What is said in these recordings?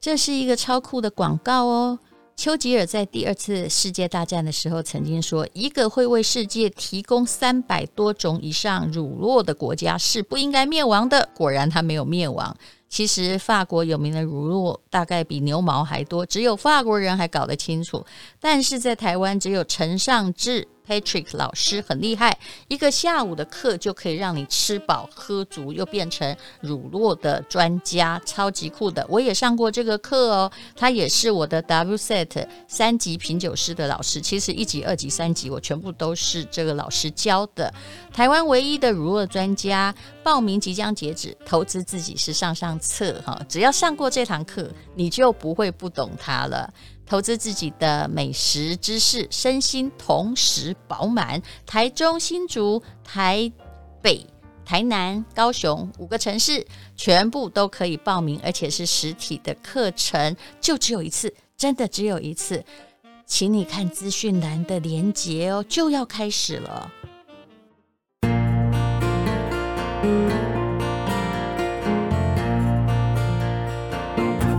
这是一个超酷的广告哦。丘吉尔在第二次世界大战的时候曾经说：“一个会为世界提供三百多种以上乳酪的国家是不应该灭亡的。”果然，他没有灭亡。其实，法国有名的乳酪大概比牛毛还多，只有法国人还搞得清楚。但是在台湾，只有陈尚志 Patrick 老师很厉害，一个下午的课就可以让你吃饱喝足，又变成乳酪的专家，超级酷的。我也上过这个课哦，他也是我的 W Set 三级品酒师的老师。其实一级、二级、三级我全部都是这个老师教的。台湾唯一的乳酪专家，报名即将截止，投资自己是上上策哈。只要上过这堂课，你就不会不懂它了。投资自己的美食知识，身心同时饱满。台中、新竹、台北、台南、高雄五个城市全部都可以报名，而且是实体的课程，就只有一次，真的只有一次。请你看资讯栏的连结哦，就要开始了。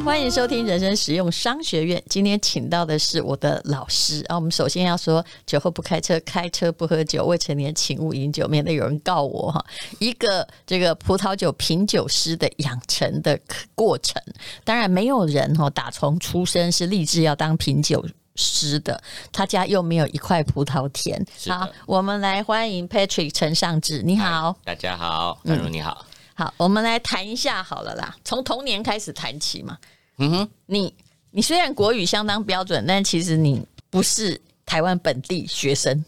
欢迎收听人生实用商学院。今天请到的是我的老师啊。我们首先要说，酒后不开车，开车不喝酒，未成年请勿饮酒，免得有人告我哈。一个这个葡萄酒品酒师的养成的过程，当然没有人哈、哦，打从出生是立志要当品酒师的，他家又没有一块葡萄田。是的好，我们来欢迎 Patrick 陈尚志，你好。嗯嗨大家好，安如你好。好，我们来谈一下好了啦，从童年开始谈起嘛。嗯哼，你你虽然国语相当标准，但其实你不是台湾本地学生。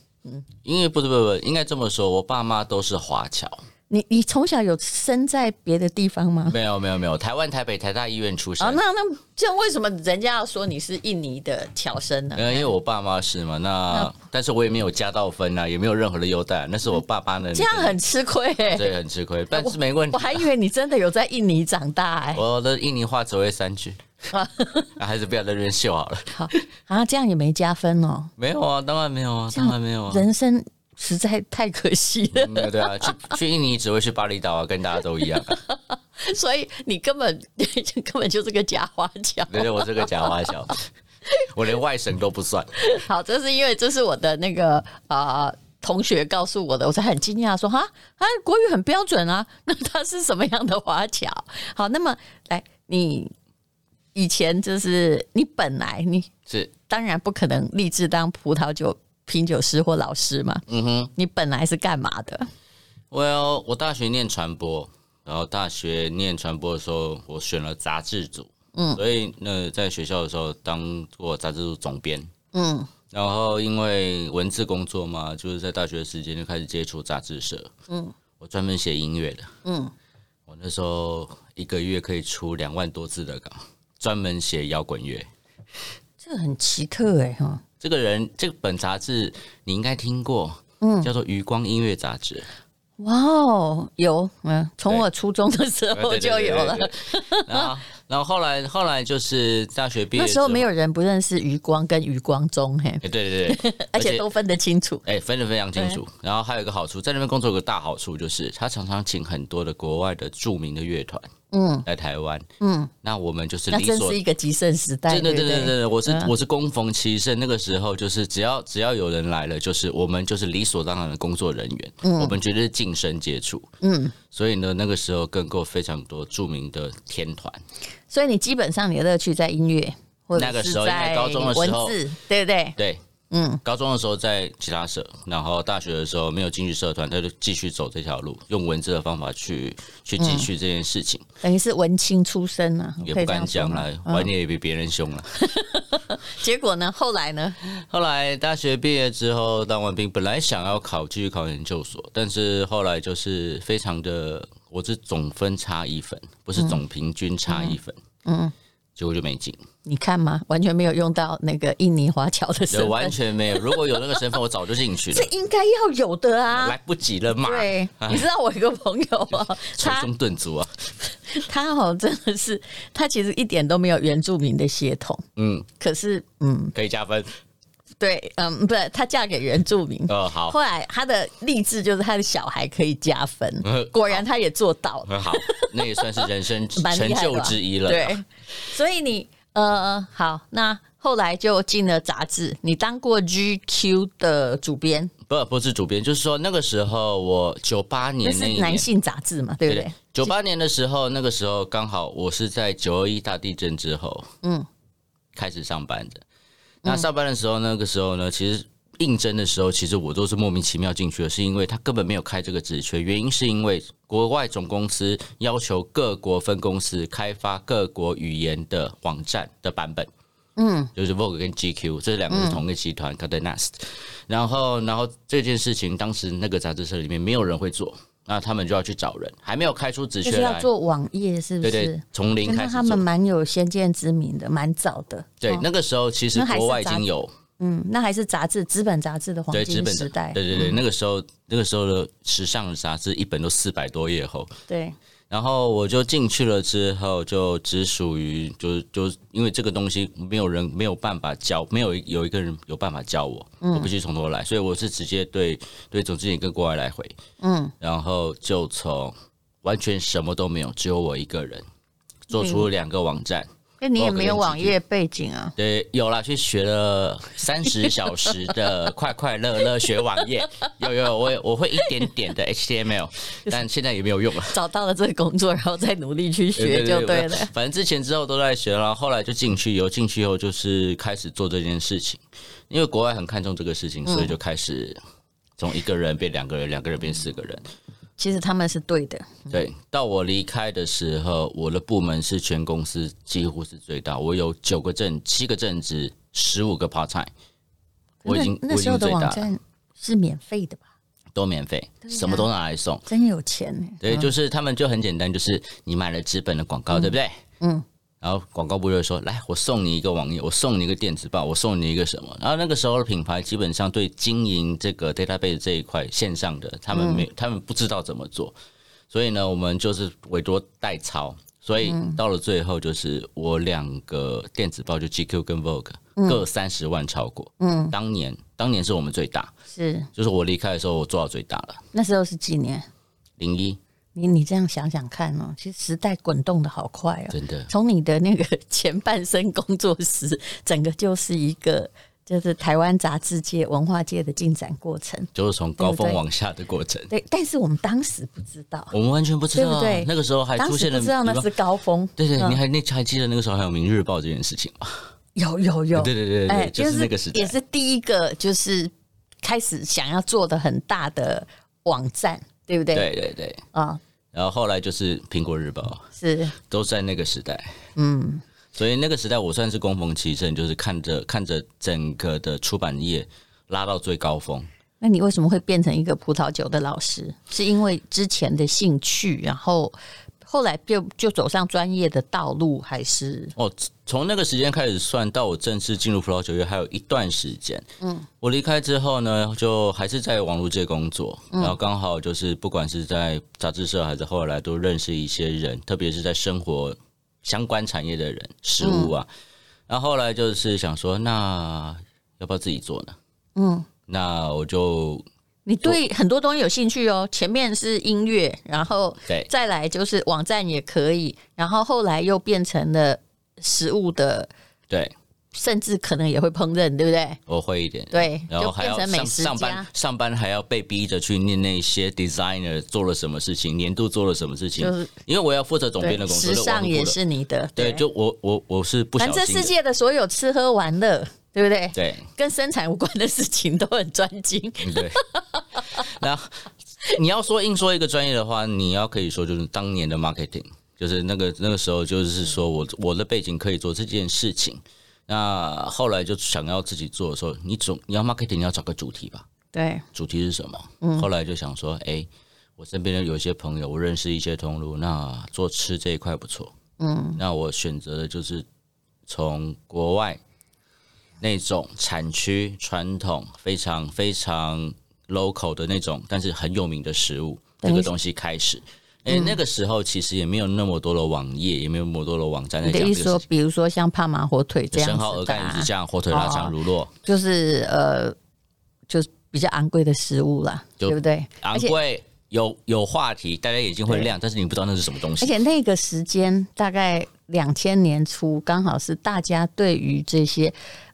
因为不不不，应该这么说，我爸妈都是华 侨，你你从小有生在别的地方吗？没有没有没有，台湾台北台大医院出啊，生。那那这样为什么人家要说你是印尼的侨生呢？呃，因为我爸妈是嘛，那但是我也没有加到分啊，也没有任何的优待，那是我爸爸呢。这样很吃亏哎、对，很吃亏，但是没问题啊我。还以为你真的有在印尼长大哎、我的印尼话只会 三句， 啊还是不要在这边秀好了。好啊，这样也没加分哦，没有啊，当然没有啊，当然没有啊。人生实在太可惜了。没有对啊，去 去印尼只会去巴厘岛啊，跟大家都一样、啊。所以你根本 根本就是个假花侨。对对，我这个假华侨，我连外省都不算。好，这是因为这是我的那个呃同学告诉我的，我才很惊讶说哈啊国语很标准啊， 那他是什么样的华侨？好，那么来你以前就是你本来你是，当然不可能立志当葡萄酒品酒师或老师嘛，嗯哼。你本来是干嘛的？ Well，我大学念传播，然后大学念传播的时候，我选了杂志组，嗯，所以那在学校的时候当过杂志组总编，嗯然后因为文字工作嘛，就是在大学的时间就开始接触杂志社，嗯我专门写音乐的，嗯，我那时候一个月可以出两万多字的稿，专门写摇滚乐。这很奇特哎、哈，这个人，这本杂志你应该听过，嗯，叫做《余光音乐杂志》。哇哦，有嗯，从对我初中的时候 对就有了。。对对对对对然后，然后后来后来就是大学毕业那时候没有，有人不认识余光跟余光中嘿，哎对对对， 而且都分得清楚。哎分得非常清楚。然后还有一个好处，在那边工作有个大好处就是，他常常请很多的国外的著名的乐团嗯来台湾，嗯，那我们就是那理真所是。一个极盛时代。真的，对真不的，对真的，我是嗯我是攻逢其盛。那个时候就是只要只要有人来了，就是我们就是理所当然的工作人员，我们绝对是近身接触。嗯，所以呢，那个时候更够非常多著名的天团，所以你基本上你的乐趣在音乐，或那者个是时候因为在高中的文时候字，对不对？对，嗯，高中的时候在吉他社，然后大学的时候没有进去社团，他就继续走这条路，用文字的方法去去继续这件事情，等于是文青出身啊，可也不以这敢样说嗯讲吗了，嗯玩的也比别人凶了。结果呢？后来呢？后来大学毕业之后当完兵，本来想要考继续考研究所，但是后来就是非常的，我是总分差一分，不是总平均差一分，嗯，结果就没进，你看嘛，完全没有用到那个印尼华侨的身就完份，全没有。如果有那个身份，我早就进去 了这，应该要有的啊来。不及了嘛。对，哎 你知道我有一个朋友啊，捶他胸顿足啊！他哦，真的是他其实一点都没有原住民的血统，嗯，可是嗯，可以加分对，嗯，不，她嫁给原住 民。哦，好，后来她的励志就是她的小孩可以加分嗯，果然她也做到了。很好，那也算是人生 蛮成厉害的就吧之一了。对，所以你呃好，那后来就进了杂志，你当过 GQ 的主编，不不是主编，就是说那个时候我九八那年那一是男年，性杂志嘛，对不对？，九八年的时候，那个时候刚好我是在九二一大地震之后，嗯嗯，开始上班的。那上班的时候，那个时候呢，其实应征的时候，其实我都是莫名其妙进去的，是因为他根本没有开这个职缺，原因是因为国外总公司要求各国分公司开发各国语言的网站的版本。嗯，就是 Vogue 跟 GQ 这两个是同一个集团 c a d e n a s t 然后，然后这件事情当时那个杂志社里面没有人会做，那他们就要去找人，还没有开出职就缺是要来，做网页，是不对是？对，从零开那始他做。们蛮有先见之明的，蛮早的。对哦，那个时候其实那还是国外已杂经有嗯，那还是杂志资本杂志的黄对资金本时代嗯的，。对对对，那个时候那个时候的时尚的杂志一本都四百多页厚，对然后我就进去了之后，就只属于就就因为这个东西没有人没有办法教，没有有一个人有办法教我，我必须从头来，所以我是直接对对总经理跟国外来回，嗯，然后就从完全什么都没有，只有我一个人做出两个网站，那你也哦没有可能网几句页背景啊？对，有啦，去学了三十小时的快快乐乐学网页，有有，我我会一点点的 HTML，但现在也没有用了。找到了这个工作，然后再努力去学就对了。反正之前之后都在学，然后后来就进去以后，进去以后就是开始做这件事情，因为国外很看重这个事情，嗯所以就开始从一个人变两个人，两个人变四个人。其实他们是对的，对，到我离开的时候，我的部门是全公司几乎是最大，我有九个正七个正职，十五个 part time，我已经那那我已时候的经最大网了，站是免费的吧？都免费，什么都拿来送。真有钱欸呢、对，就是他们就很简单，就是你买了纸本的广告，对不对？嗯嗯，然后广告部就会说：“来，我送你一个网页，我送你一个电子报，我送你一个什么。”然后那个时候的品牌基本上对经营这个 database 这一块线上的，他们嗯没，他们不知道怎么做，所以呢，我们就是委托代操。所以嗯到了最后，就是我两个电子报，就 GQ 跟 Vogue 嗯各三十万超过。嗯，当年当年是我们最大，是就是我离开的时候，我做到最大了，那时候是几年？零一，你你这样想想看哦，其实时代滚动的好快哦。真的。从你的那个前半生工作室，整个就是一个就是台湾杂志界、文化界的进展过程。就是从高对不峰对往下的过程。对，但是我们当时不知道，我们完全不知道对不啊，对那个时候还当出时现了不知道那比方是高峰。对对，嗯你还那还记得那个时候还有《明日报》这件事情吗？有有有，哎对对对对对就是那个时代也是第一个就是开始想要做的很大的网站，对不对？对对对，啊、然后后来就是《苹果日报》，是都在那个时代，嗯，所以那个时代我算是供逢其盛，就是看着看着整个的出版业拉到最高峰。那你为什么会变成一个葡萄酒的老师？是因为之前的兴趣，然后后来就就走上专业的道路，还是哦，从那个时间开始算到我正式进入葡萄酒业，还有一段时间。嗯，我离开之后呢，就还是在网络界工作，嗯然后刚好就是不管是在杂志社还是后来都认识一些人，特别是在生活相关产业的人，食物啊。嗯然后后来就是想说，那要不要自己做呢？嗯，那我就你对很多东西有兴趣哦？前面是音乐，然后对再来就是网站也可以，然后后来又变成了食物的，对甚至可能也会烹饪，对不对？我会一点，对，然后就还变要成美上食上班家，，上班还要被逼着去念那些 designer 做了什么事情，年度做了什么事情，就是因为我要负责总编的对，工时作，就尚忘也了是你的，对，就我我我是不反小正心的世界的所有吃喝玩乐，对不对？对跟生产无关的事情都很专精，对。 那你要说硬说一个专业的话，你要可以说就是当年的 marketing，就是那个那个时候就是说我我的背景可以做这件事情。那后来就想要自己做的时候，你总你要 marketing 你要找个主题吧， 对，主题是什么？嗯后来就想说，哎、我身边的有一些朋友，我认识一些同路，那做吃这一块不错，嗯，那我选择的就是从国外那种产区传统非常非常 local 的那种，但是很有名的食物，等于是这个东西开始。哎、嗯那个时候其实也没有那么多的网页，也没有那么多的网站在你的讲这意个思事说，情。比如说像帕玛火腿这样生蚝、子鹅的肝、啊、鱼子酱、火腿腊肠、哦乳酪，就是呃，就是比较昂贵的食物啦，就对不对？昂而且贵，有有话题，大家眼睛会亮，但是你不知道那是什么东而西。且那个时间大概两千年初，刚好是大家对于这些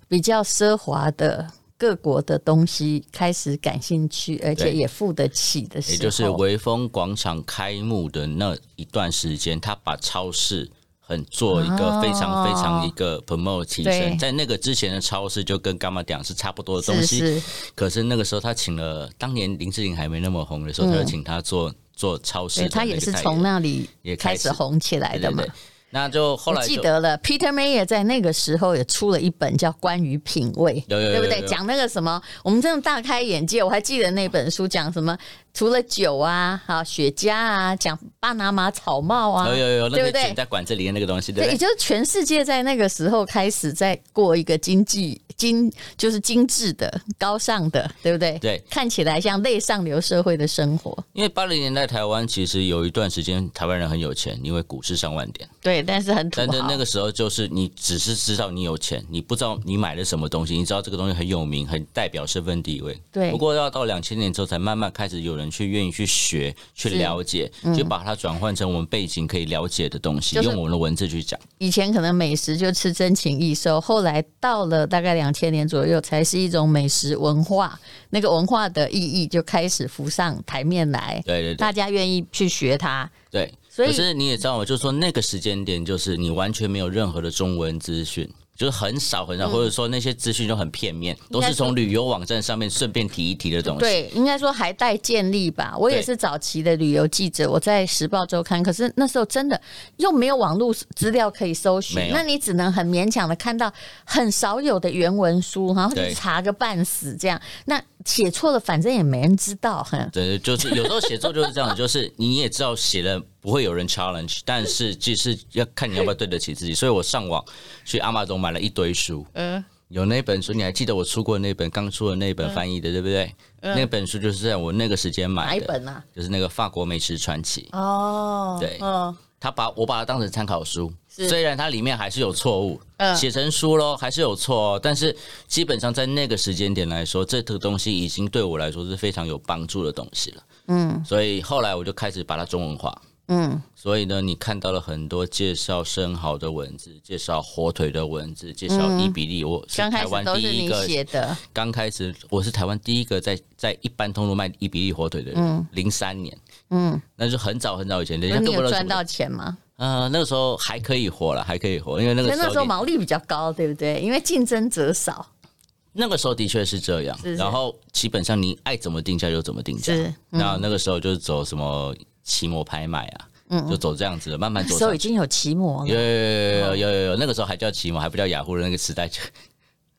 比较奢华的各国的东西开始感兴趣，而且也付得起的时候。也就是微风广场开幕的那一段时间，他把超市很做一个非常哦非常一个 promote 提升对。在那个之前的超市就跟干妈讲是差不多的东是西，是，可是那个时候他请了，当年林志玲还没那么红的时候，他就请他做做超嗯市对的他那也个是代言，从那里也开开始始红起来对的对嘛对。。那就后我来记就得了，Peter Mayer 在那个时候也出了一本叫《关于品味》，有有有对不有对？有讲那个什么，我们真的大开眼界。我还记得那本书讲什么，除了酒啊、好雪茄啊，讲巴拿马草帽啊，有有对有那不个对剪？在管子里面那个东西，对对，不也对？就是全世界在那个时候开始在过一个经济精，就是精致的、高尚的，对不对？对看起来像类上流社会的生活，因为八零年代台湾其实有一段时间台湾人很有钱，因为股市上万点。对，但是很土 但是豪。那个时候就是你只是知道你有钱，你不知道你买了什么东西，你知道这个东西很有名，很代表身份地位。对不过要到两千年之后，才慢慢开始有人去愿意去学、去了解，去把它转换成我们背景可以了解的东西，嗯就是用我们的文字去讲。以前可能美食就吃真情易瘦，后来到了大概两千年左右，才是一种美食文化，那个文化的意义就开始浮上台面来，对对对大家愿意去学它。对。所以可是你也知道吗？就是说那个时间点，就是你完全没有任何的中文资讯。就是很少很少，或者说那些资讯都很片面，都嗯该是说从旅游网站上面顺便提一提的东西。对，应该说还待建立吧。我也哦对是早期的旅游记者，我在《时报周刊》，可是那时候真的又没有网络资料可以搜寻没，有那你只能很勉强的看到很少有的原文书，然后对去查个半死这样。那写错了，反正也没人知道，哼。对，就是有时候写作就是这样，就是你也知道写了不会有人 challenge，但是只是要看你要不要对得起自己。所以我上网去阿玛总买了一堆书，嗯有那本书你还记得我出过那本刚出的那本翻译的对不对？那本书就是在我那个时间嗯哪买一的，本啊？就是那个法国美食传奇。哦，对嗯，他把我把它当成参考书，是虽然它里面还是有错误，嗯写成书喽还是有错哦，但是基本上在那个时间点来说，这个东西已经对我来说是非常有帮助的东西了。嗯，所以后来我就开始把它中文化。嗯，所以呢，你看到了很多介绍生蚝的文字，介绍火腿的文字，介绍伊比利，我是嗯刚开台始湾都第是一你个写的，刚开始我是台湾第一个在在一般通路卖伊比利火腿的人，零三、年，嗯，那就很早很早以前，人家那根你本不有赚知道什么到钱吗？呃，那个时候还可以活了，还可以活，因为那个那时那候时候你毛利比较高，对不对？因为竞争者少，那个时候的确是这样。是是然后基本上你爱怎么定价就怎么定价。是那那个时候就是走什么骑摩拍卖啊，就走这样子的，慢慢那走时上候已。经有奇摩有了，有有有有有有，那个时候还叫骑摩，还不叫雅虎的那个时代，就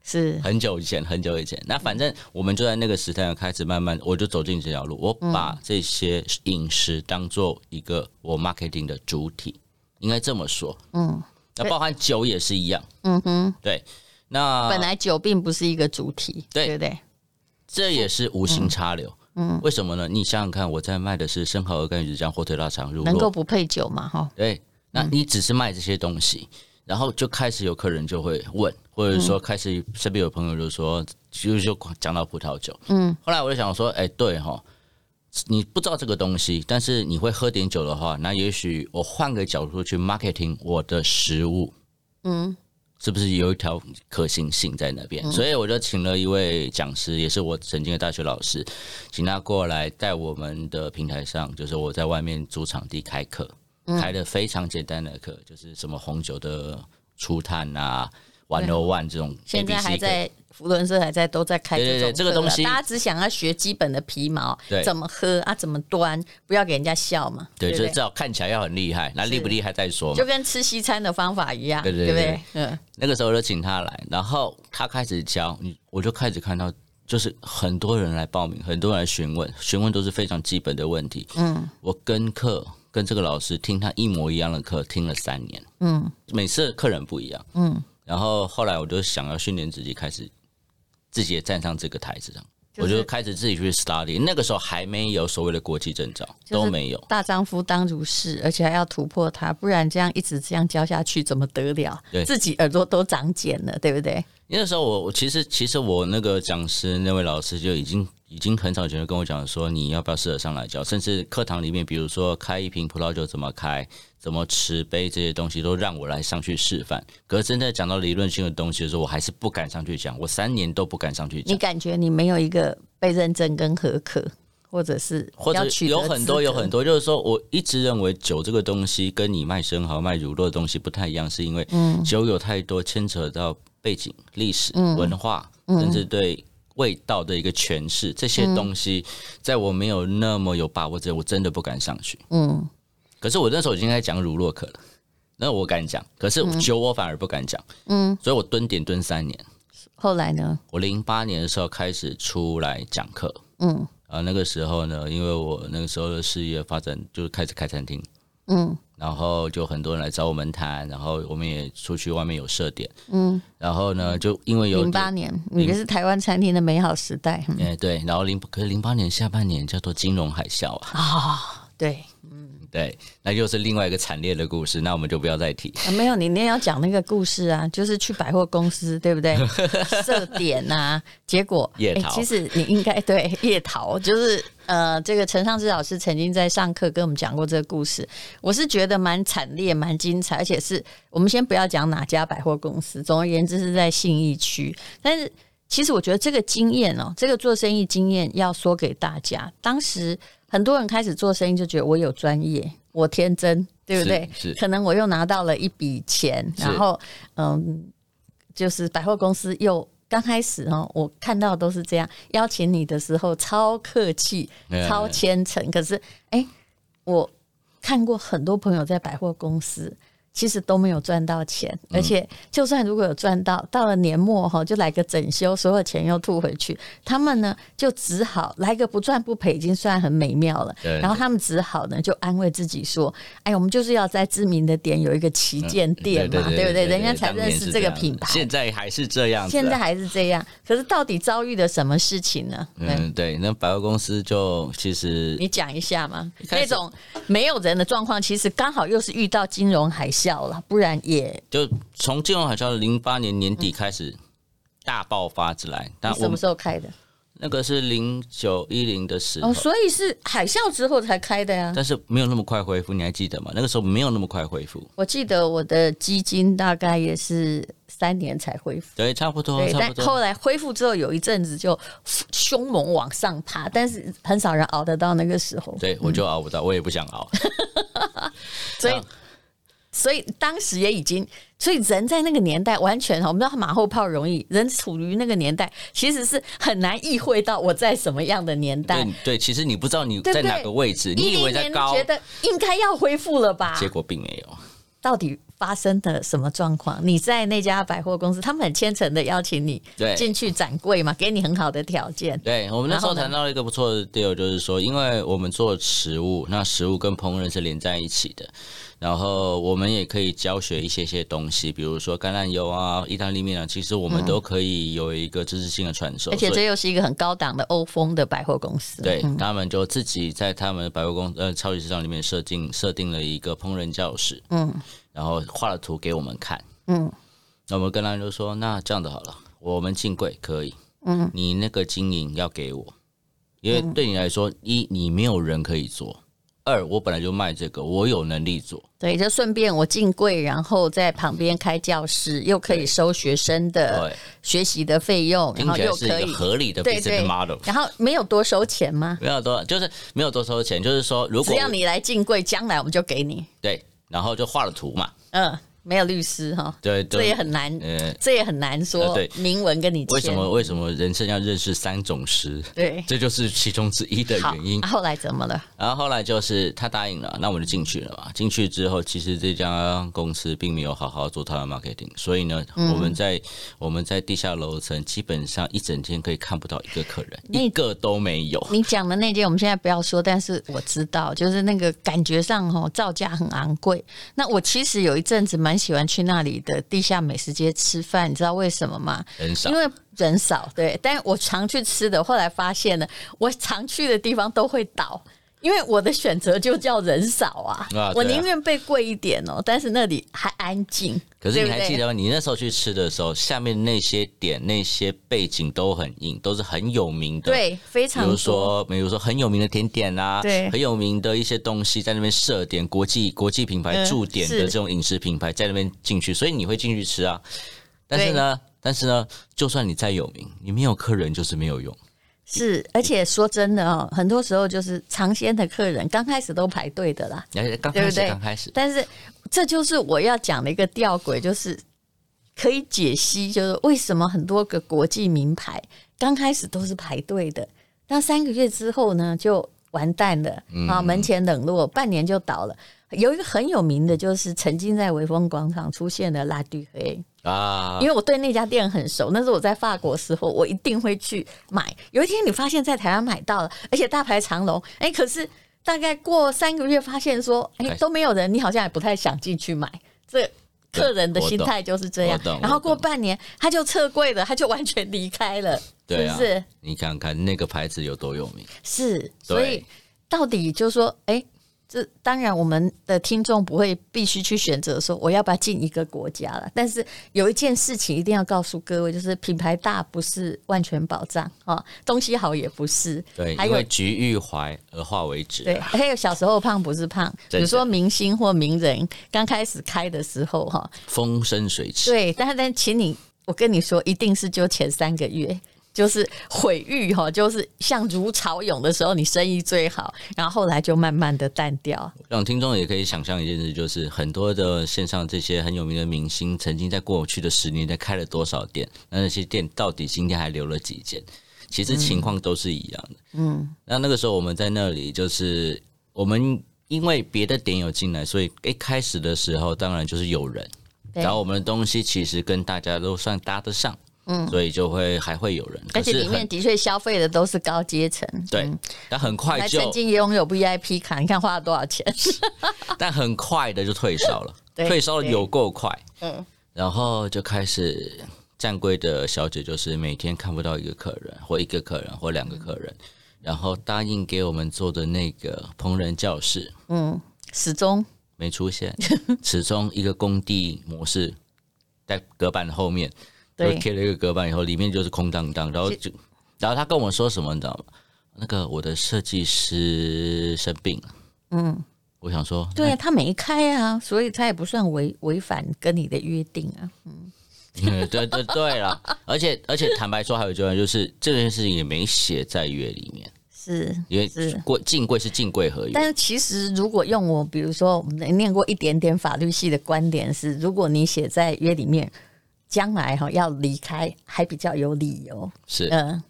是很久以前，很久以前。那反正我们就在那个时代开始慢慢，我就走进这条路，我把这些饮食当做一个我 marketing 的主体，应该这么说。嗯那包含酒也是一样，嗯哼，对。那本来酒并不是一个主题，对对不对？这也是无心插柳。嗯，为什么呢？你想想看，我在卖的是生蚝、鹅肝、鱼子酱、火腿、腊肠、乳能够嗯酪，不配酒嘛？哈，对，那你只是卖这些东西，然后就开始有客人就会问，或者嗯说开始身边有朋友就说，就就讲到葡萄酒。嗯，后来我就想说，哎，对哈。你不知道这个东西，但是你会喝点酒的话，那也许我换个角度去 marketing 我的食物，嗯，是不是有一条可行性在那边？嗯所以我就请了一位讲师，也是我曾经的大学老师，请他过来在我们的平台上，就是我在外面租场地开课，嗯开的非常简单的课，就是什么红酒的初探啊。玩 n One 这种 ABC 课，现在还在福伦社还在都在开对对这种对这个课了东西大家只想要学基本的皮毛对，怎么喝啊，怎么端，不要给人家笑嘛，对，不就是至少看起来要很厉害，那厉不厉害再说嘛就。跟吃西餐的方法一样，对对对对不对？嗯，那个时候我就请他来，然后他开始教，你我就开始看到，就是很多人来报名，很多人来询问，询问都是非常基本的问题。嗯，我跟课跟这个老师听他一模一样的课，听了三年。嗯，每次的客人不一样。嗯，然后后来我就想要训练自己，开始自己也站上这个台子上。就我是就开始自己去 study。那个时候还没有所谓的国际证照，就是都没有。大丈夫当如是，而且还要突破它，不然这样一直这样教下去，怎么得了？对自己耳朵都长茧了，对不对？因为那时候我我其实其实我那个讲师那位老师就已经已经很早以前就跟我讲说你要不要试着上来教，甚至课堂里面比如说开一瓶葡萄酒怎么开、怎么持杯这些东西都让我来上去示范。可是真的讲到理论性的东西的时候，我还是不敢上去讲，我三年都不敢上去你讲。感觉你没有一个被认证跟合格，或者是或者要取得有很多资格有很多，就是说，我一直认为酒这个东西跟你卖生蚝、卖乳酪的东西不太一样，是因为嗯酒有太多牵扯到背景、历史、文化，嗯甚至对味道的一个诠释，这些东西在我没有那么有把握之前，我真的不敢上去。嗯，可是我那时候已经在讲乳酪课了，那我敢讲，可是酒我反而不敢讲。嗯，所以我蹲点蹲三年。后来呢？我零八年的时候开始出来讲课，嗯啊，那个时候呢，因为我那个时候的事业发展就是开始开餐厅，嗯然后就很多人来找我们谈，然后我们也出去外面有设点，嗯，然后呢，就因为有零八年，你这是台湾餐厅的美好时代。嗯哎、对，然后零可是零八年下半年叫做金融海啸啊，啊、对，对，那又是另外一个惨烈的故事，那我们就不要再提。啊没有，你你也要讲那个故事啊，就是去百货公司，对不对？ 设点啊，结果夜哎逃其实你应该对夜逃，就是呃，这个陈尚志老师曾经在上课跟我们讲过这个故事，我是觉得蛮惨烈、蛮精彩，而且是我们先不要讲哪家百货公司，总而言之是在信义区，但是。其实我觉得这个经验哦，这个做生意经验要说给大家。当时很多人开始做生意就觉得我有专业，我天真，对不对？是是可能我又拿到了一笔钱，是然后嗯，就是百货公司又刚开始哦，我看到都是这样，邀请你的时候超客气、嗯超虔诚，可是哎，我看过很多朋友在百货公司。其实都没有赚到钱，而且就算如果有赚到，到了年末哈就来个整修，所有钱又吐回去。他们呢就只好来个不赚不赔，已经算很美妙了。对然后他们只好呢就安慰自己说：“哎，我们就是要在知名的点有一个旗舰店嗯嘛，对不对？人家才当年认识是这个样品牌。”现在还是这样子啊、现在还是这样，可是到底遭遇了什么事情呢？嗯，嗯，对，那百货公司就其实你讲一下嘛。那开始种没有人的状况，其实刚好又是遇到金融海啸了，不然也就从金融海啸零八年年底开始大爆发之来，但你我什么们时候开的？那个是零九一零的时候，哦，所以是海啸之后才开的呀。但是没有那么快恢复，你还记得吗？那个时候没有那么快恢复，我记得我的基金大概也是三年才恢复，对，差不多，对，哦差但不多。后来恢复之后有一阵子就凶猛往上爬，但是很少人熬得到那个时候，对，我就熬不到，我也不想熬。 所以所以当时也已经，所以人在那个年代完全，哦我们知道马后炮容易，人处于那个年代，其实是很难意会到我在什么样的年代。对对，其实你不知道你对不在对哪个位置，你以为10在年高觉，得啊应该要恢复了吧？结果并没有。到底发生了什么状况？你在那家百货公司，他们很虔诚的邀请你对进去展柜嘛，给你很好的条件。对我们那时然后候呢谈到一个不错的 deal，就是说，因为我们做食物，那食物跟烹饪是连在一起的，然后我们也可以教学一些些东西，比如说橄榄油啊、意大利面啊，其实我们都可以有一个知识性的传授。嗯而且所以这又是一个很高档的欧风的嗯百货公司。对、他们就自己在他们的百货公呃超级市场里面设定设定了一个烹饪教室，嗯然后画了图给我们看。嗯，那我们跟他就说，那这样子好了，我们进柜可以，嗯，你那个经营要给我，因为对你来说，一你没有人可以做，二我本来就卖这个，我有能力做，对，就顺便我进柜，然后在旁边开教室，又可以收学生的对，学习的费用，然听后起来又是可一个以合理的对对 business model，然后没有多收钱吗？没有多少，就是没有多收钱，就是说如只果要你来进柜，将来我们就给你。对，然后就画了图嘛，嗯，没有律师哈，对，就这也很难，呃，这也很难呃说对明文跟你签。为什么为什么人生要认识三种师？对，这就是其中之一的好原因啊。后来怎么了？然后后来就是他答应了，那我们就进去了嘛。进去之后，其实这家公司并没有好好做它的 marketing，所以呢，嗯我们在我们在地下楼层基本上一整天可以看不到一个客人，那一个都没有。你讲的那件我们现在不要说，但是我知道，就是那个感觉上哦，造价很昂贵。那我其实有一阵子蛮喜欢去那里的地下美食街吃饭，你知道为什么吗？很少因。为人少，对。但我常去吃的，后来发现呢，我常去的地方都会倒，因为我的选择就叫人少啊。啊我对啊宁愿被贵一点哦，但是那里还安静。可是你对不还对记得吗？你那时候去吃的时候，下面那些点、那些背景都很硬，都是很有名的。。对，非比常如多说，比如说很有名的甜点啊，对很有名的一些东西在那边设点，国际国际品牌嗯驻点的是这种饮食品牌在那边进去，所以你会进去吃啊。但是呢，但是呢，就算你再有名，你没有客人就是没有用。是，而且说真的哦，很多时候就是尝鲜的客人刚开始都排队的啦，而且哎刚对开不始，对？刚开始，但是这就是我要讲的一个吊诡，就是可以解析，就是为什么很多个国际名牌刚开始都是排队的，那三个月之后呢就完蛋了啊，门前冷落，半年就倒了。有一个很有名的，就是曾经在微风广场出现的拉杜黑，啊因，为我对那家店很熟，那是我在法国时候，我一定会去买。有一天你发现在台湾买到了，而且大排长龙，哎，可是大概过三个月发现说，哎哎，都没有人，你好像也不太想进去买。这客人的心态就是这样我懂我。懂然后过半年他就撤柜了，他就完全离开了，对啊是不是？你看看那个牌子有多有名，是，所以对到底就说，哎，这当然我们的听众不会必须去选择说我要不要进一个国家了，但是有一件事情一定要告诉各位，就是品牌大不是万全保障哦，东西好也不是，对，还因为有。橘欲怀而化为止。啊对，还有小时候胖不是胖，比真的如说明星或名人刚开始开的时候哈，风生水起。啊对，但但请你，我跟你说，一定是就前三个月， 就是毁誉哈，就是像如潮涌的时候，你生意最好，然后后来就慢慢的淡掉。让听众也可以想象一件事，就是很多的线上这些很有名的明星，曾经在过去的十年内开了多少店，那那些店到底今天还留了几间？其实情况都是一样的。嗯，那那个时候我们在那里，就是我们因为别的点有进来，所以一开始的时候当然就是有人，对然后我们的东西其实跟大家都算搭得上，嗯，所以就会还会有人，而且可是里面很的确消费的都是高阶层，对，但很快还就曾经拥有 VIP 卡，你看花了多少 钱？但很快的就退烧了， 对退烧的有够快，嗯嗯，然后就开始站柜的小姐就是每天看不到一个客人，或一个客人，或两个客人，然后答应给我们做的那个烹饪教室嗯，始终没出 现，始终一个工地模式在隔板后面，就对贴了一个隔板以后，里面就是空荡荡，然后其就，然后他跟我说什么，你知道吗？那个我的设计师生病了，嗯，我想说，对啊，他没开啊，所以他也不算违违反跟你的约定啊。嗯，对对对了，而且而且坦白说，还有一件就是这件事情也没写在约里面，是，因为是柜进柜是进柜合约，但是其实，如果用我，比如说我们念过一点点法律系的观点是，如果你写在约里面，将来哈要离开还比较有理由。是嗯、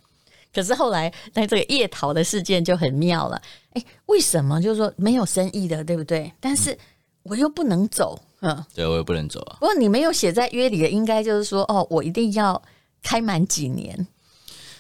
可是后来那这个叶桃的事件就很妙了。哎，为什么就是说没有生意的，对不对？但是我又不能走，嗯。对我也不能走啊。不过你没有写在约里的，应该就是说，哦，我一定要开满几年，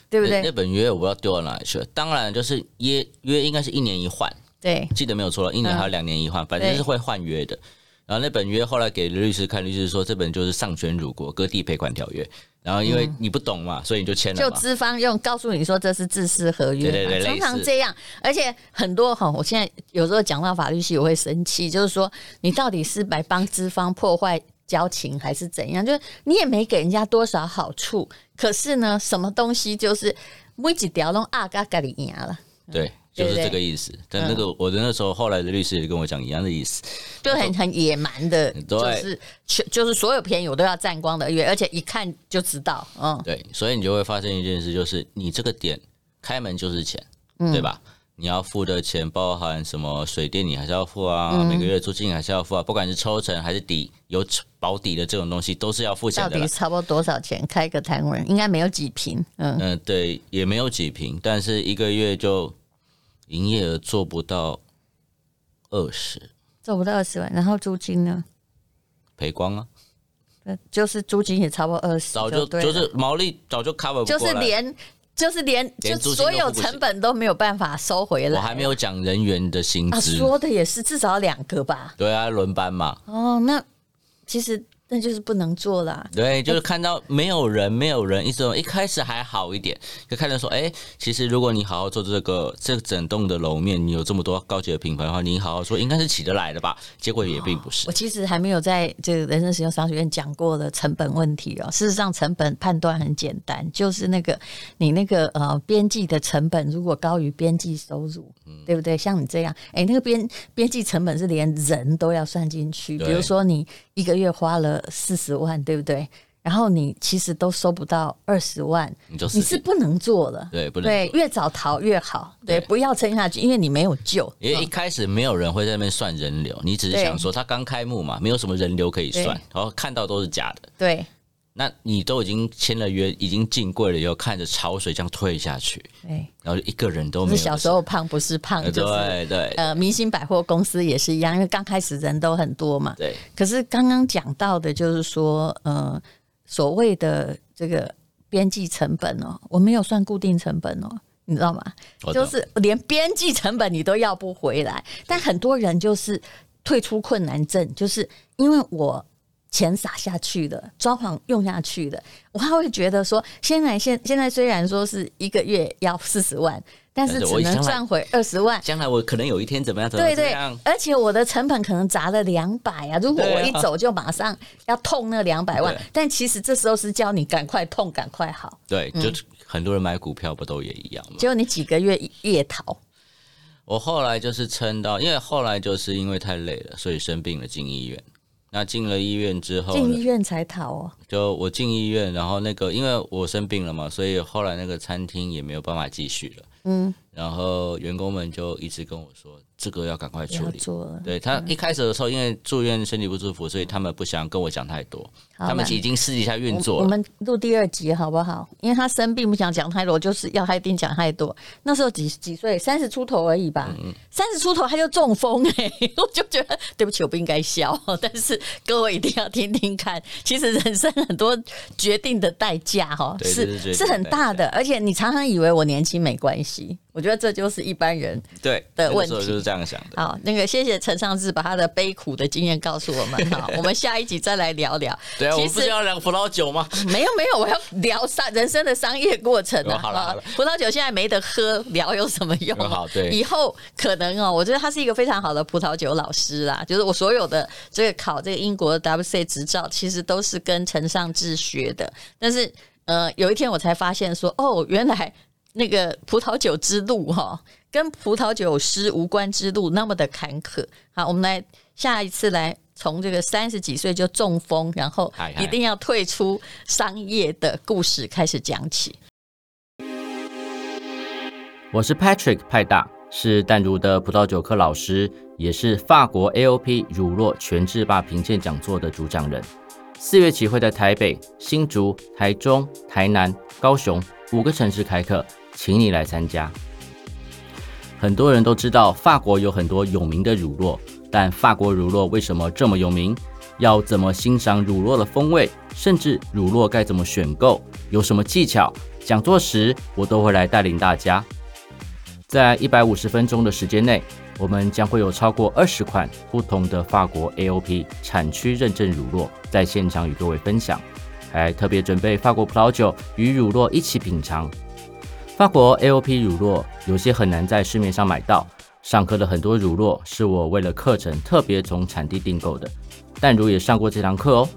对不那那对？本约我不知道丢到哪里去了。当然，就是约约应该是一年一换，对，记得没有错了，一年还有两年一换，反正嗯对是会换约的。然后那本约后来给律师看，律师说这本就是丧权辱国、割地赔款条约。然后因为你不懂嘛，所以你就签嗯了就嘛。资方用告诉你说这是自私合约嘛，啊对对对常常类似这样。而且很多哈，我现在有时候讲到法律系，我会生气，就是说你到底是来帮资方破坏交情还是怎样？就是你也没给人家多少好处，可是呢，什么东西就是每几条都啊嘎嘎里赢了，对，就是对嗯这个意思。但那个我的那时候后来的律师也跟我讲一样的意思。就很很野蛮的，就对是全就是所有便宜我都要占光的约，而且一看就知道，嗯，对，所以你就会发现一件事，就是你这个点开门就是钱，嗯对吧？你要付的钱包含什么水电你还是要付啊，嗯每个月租金还是要付啊，不管是抽成还是抵有保底的这种东西都是要付到钱的底啦。差不多多少钱开个摊位？应该没有几平，嗯，嗯、对，也没有几平，但是一个月就营业额做不到二十，做不到二十万，然后租金呢？赔光啊，呃就是租金也差不多二十，早就对了就是毛利早就 cover 不就是过来。连就是连就连租金所都有付不起成本都没有办法收回来。我还没有讲人员的薪啊，资，说的也是，至少两个吧。对啊，轮班嘛，哦，那其实那就是不能做啊啦。对，就是看到没有人，没有人，一直一开始还好一点，就看到说，哎、其实如果你好好做这个这整栋的楼面，你有这么多高级的品牌的话，你好好做，应该是起得来的吧？结果也并不是我。其实还没有在这个人生实用商学院讲过的成本问题哦。事实上，成本判断很简单，就是那个你那个呃边际的成本如果高于边际收入，嗯对不对？像你这样，哎，那个边边际成本是连人都要算进去。比对如说你一个月花了四十万，对不对？然后你其实都收不到二十万，你就你是不能做的。对不能对，做越早逃越好。对，对不要撑下去，因为你没有救。因为一开始没有人会在那边算人流，你只是对想说他刚开幕嘛，没有什么人流可以算对，然后看到都是假的。对，那你都已经签了约，已经进柜了以后，看着潮水这样退下去，对，然后就一个人不都没有是的。小时候胖，不是胖，呃，就是对对呃，明星百货公司也是一样，因为刚开始人都很多嘛。对，可是刚刚讲到的，就是说，呃，所谓的这个边际成本哦，我没有算固定成本哦，你知道吗？我懂就是连边际成本你都要不回来。但很多人就是退出困难症，就是因为我。钱撒下去的，装潢用下去的，我还会觉得说，现在现现在虽然说是一个月要四十万，但是但是只我将能来赚回二十万，将来我可能有一天怎么样怎么对样怎么对样，，而且我的成本可能砸了两百啊！如果对啊我一走就马上要痛那两百万对，嗯但其实这时候是叫你赶快痛，赶快好。对，就是很多人买股票不都也一样吗？结果你几个月夜逃，我后来就是撑到，因为后来就是因为太累了，所以生病了进医院。那进了医院之后进呢医，院才逃哦。就我进医院，然后那个因为我生病了嘛，所以后来那个餐厅也没有办法继续了。嗯，然后员工们就一直跟我说，这个要赶快不处要理。做嗯了，对他一开始的时候，因为住院身体不舒服，所以他们不想跟我讲太多，好他们那已经私底下运我作我了。们录第二集好不好？因为他生病不想讲太多，我就是要他一定讲太多。那时候几几岁？三十出头而已嗯吧。三十出头他就中风哎、 欸我就觉得对不起，我不应该笑，但是各位一定要听听看。其实人生很多决定的代价哈，对这是决是定是很大的，而且你常常以为我年轻没关系，我觉得这就是一般人对，的问那时候题就是这样想的。好，那个谢谢陈尚志把他的悲苦的经验告诉我们哈，我们下一集再来聊聊。 对啊，我其们不是实要聊葡萄酒吗？ 没有没有，我要聊商人生的商业过程啊。哦好了啊好了葡萄酒现在没得喝，聊有什么用啊、哦好对以后可能哦，我觉得他是一个非常好的葡萄酒老师啦。就是我所有的这个考这个英国的 WC 执照，其实都是跟陈尚志学的。但是呃，有一天我才发现说，哦，原来那个葡萄酒之路哈、跟葡萄酒师无关之路那么的坎坷。好，我们来下一次来从这个三十几岁就中风，然后嗨嗨一定要退出商业的故事开始讲起。我是 Patrick 派大，是淡如的葡萄酒课老师，也是法国 AOP 乳酪全制霸评鉴讲座的主讲人。四月起会在台北、新竹、台中、台南、高雄五个城市开课，请你来参加。很多人都知道法国有很多有名的乳酪，但法国乳酪为什么这么有名？要怎么欣赏乳酪的风味，甚至乳酪该怎么选购，有什么技巧？讲座时我都会来带领大家。在一百五十分钟的时间内，我们将会有超过二十款不同的法国 AOP 产区认证乳酪在现场与各位分享，还特别准备法国葡萄酒与乳酪一起品尝。法国 AOP 乳酪有些很难在市面上买到，上课的很多乳酪是我为了课程特别从产地订购的，但如也上过这堂课哦。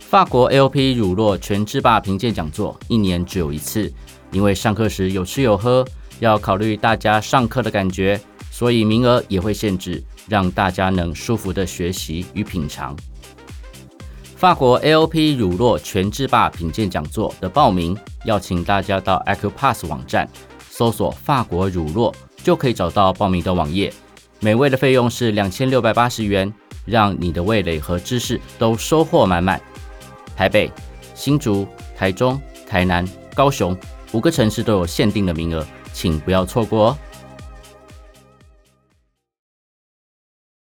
法国 AOP 乳酪全制霸评鉴讲座一年只有一次，因为上课时有吃有喝，要考虑大家上课的感觉，所以名额也会限制，让大家能舒服的学习与品尝。法国 AOP 乳酪全制霸品鉴讲座的报名，要请大家到 Acupass 网站搜索“法国乳酪”，就可以找到报名的网页。每位的费用是两千六百八十元，让你的味蕾和知识都收获满满。台北、新竹、台中、台南、高雄五个城市都有限定的名额，请不要错过哦。